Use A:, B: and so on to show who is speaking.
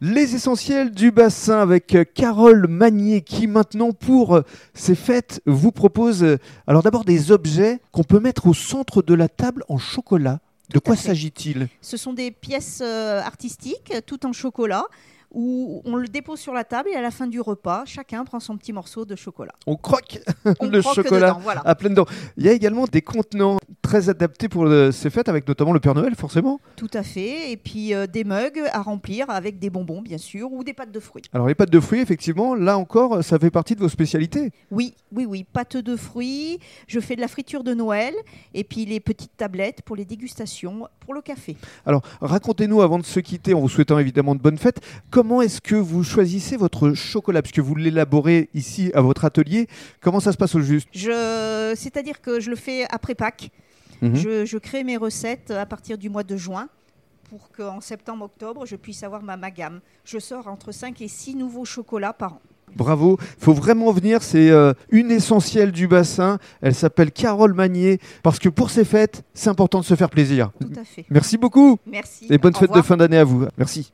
A: Les essentiels du bassin avec euh, Carole Magnier qui maintenant pour euh, ces fêtes vous propose euh, alors d'abord des objets qu'on peut mettre au centre de la table en chocolat. De
B: Tout à
A: quoi
B: fait.
A: s'agit-il
B: Ce sont des pièces euh, artistiques, euh, tout en chocolat, où on le dépose sur la table et à la fin du repas, chacun prend son petit morceau de chocolat.
A: On croque
B: On
A: le
B: croque
A: chocolat
B: dedans, voilà.
A: à pleines dents. Il y a également des contenants très adaptés pour euh, ces fêtes avec notamment le Père Noël forcément.
B: Tout à fait. Et puis euh, des mugs à remplir avec des bonbons, bien sûr, ou des pâtes de fruits.
A: Alors les pâtes de fruits effectivement là encore ça fait partie de vos spécialités.
B: Oui, oui, oui. Pâtes de fruits, je fais de la friture de Noël, et puis les petites tablettes pour les dégustations, pour le café.
A: Alors racontez-nous avant de se quitter en vous souhaitant évidemment de bonnes fêtes, comment est-ce que vous choisissez votre chocolat puisque vous l'élaborez ici à votre atelier, comment ça se passe au juste
B: Je... C'est-à-dire que je le fais après Pâques.
A: Mhm.
B: Je, je crée mes recettes à partir du mois de juin pour qu'en septembre-octobre, je puisse avoir ma, ma gamme. Je sors entre 5 et 6 nouveaux chocolats par an.
A: Bravo, faut vraiment venir, c'est euh, une essentielle du bassin, elle s'appelle Carole Magnier, parce que pour ces fêtes, c'est important de se faire plaisir.
B: Tout à fait.
A: Merci beaucoup
B: Merci.
A: Mmh. et bonne
B: Au
A: fête de
B: revoir.
A: fin d'année à vous. Merci.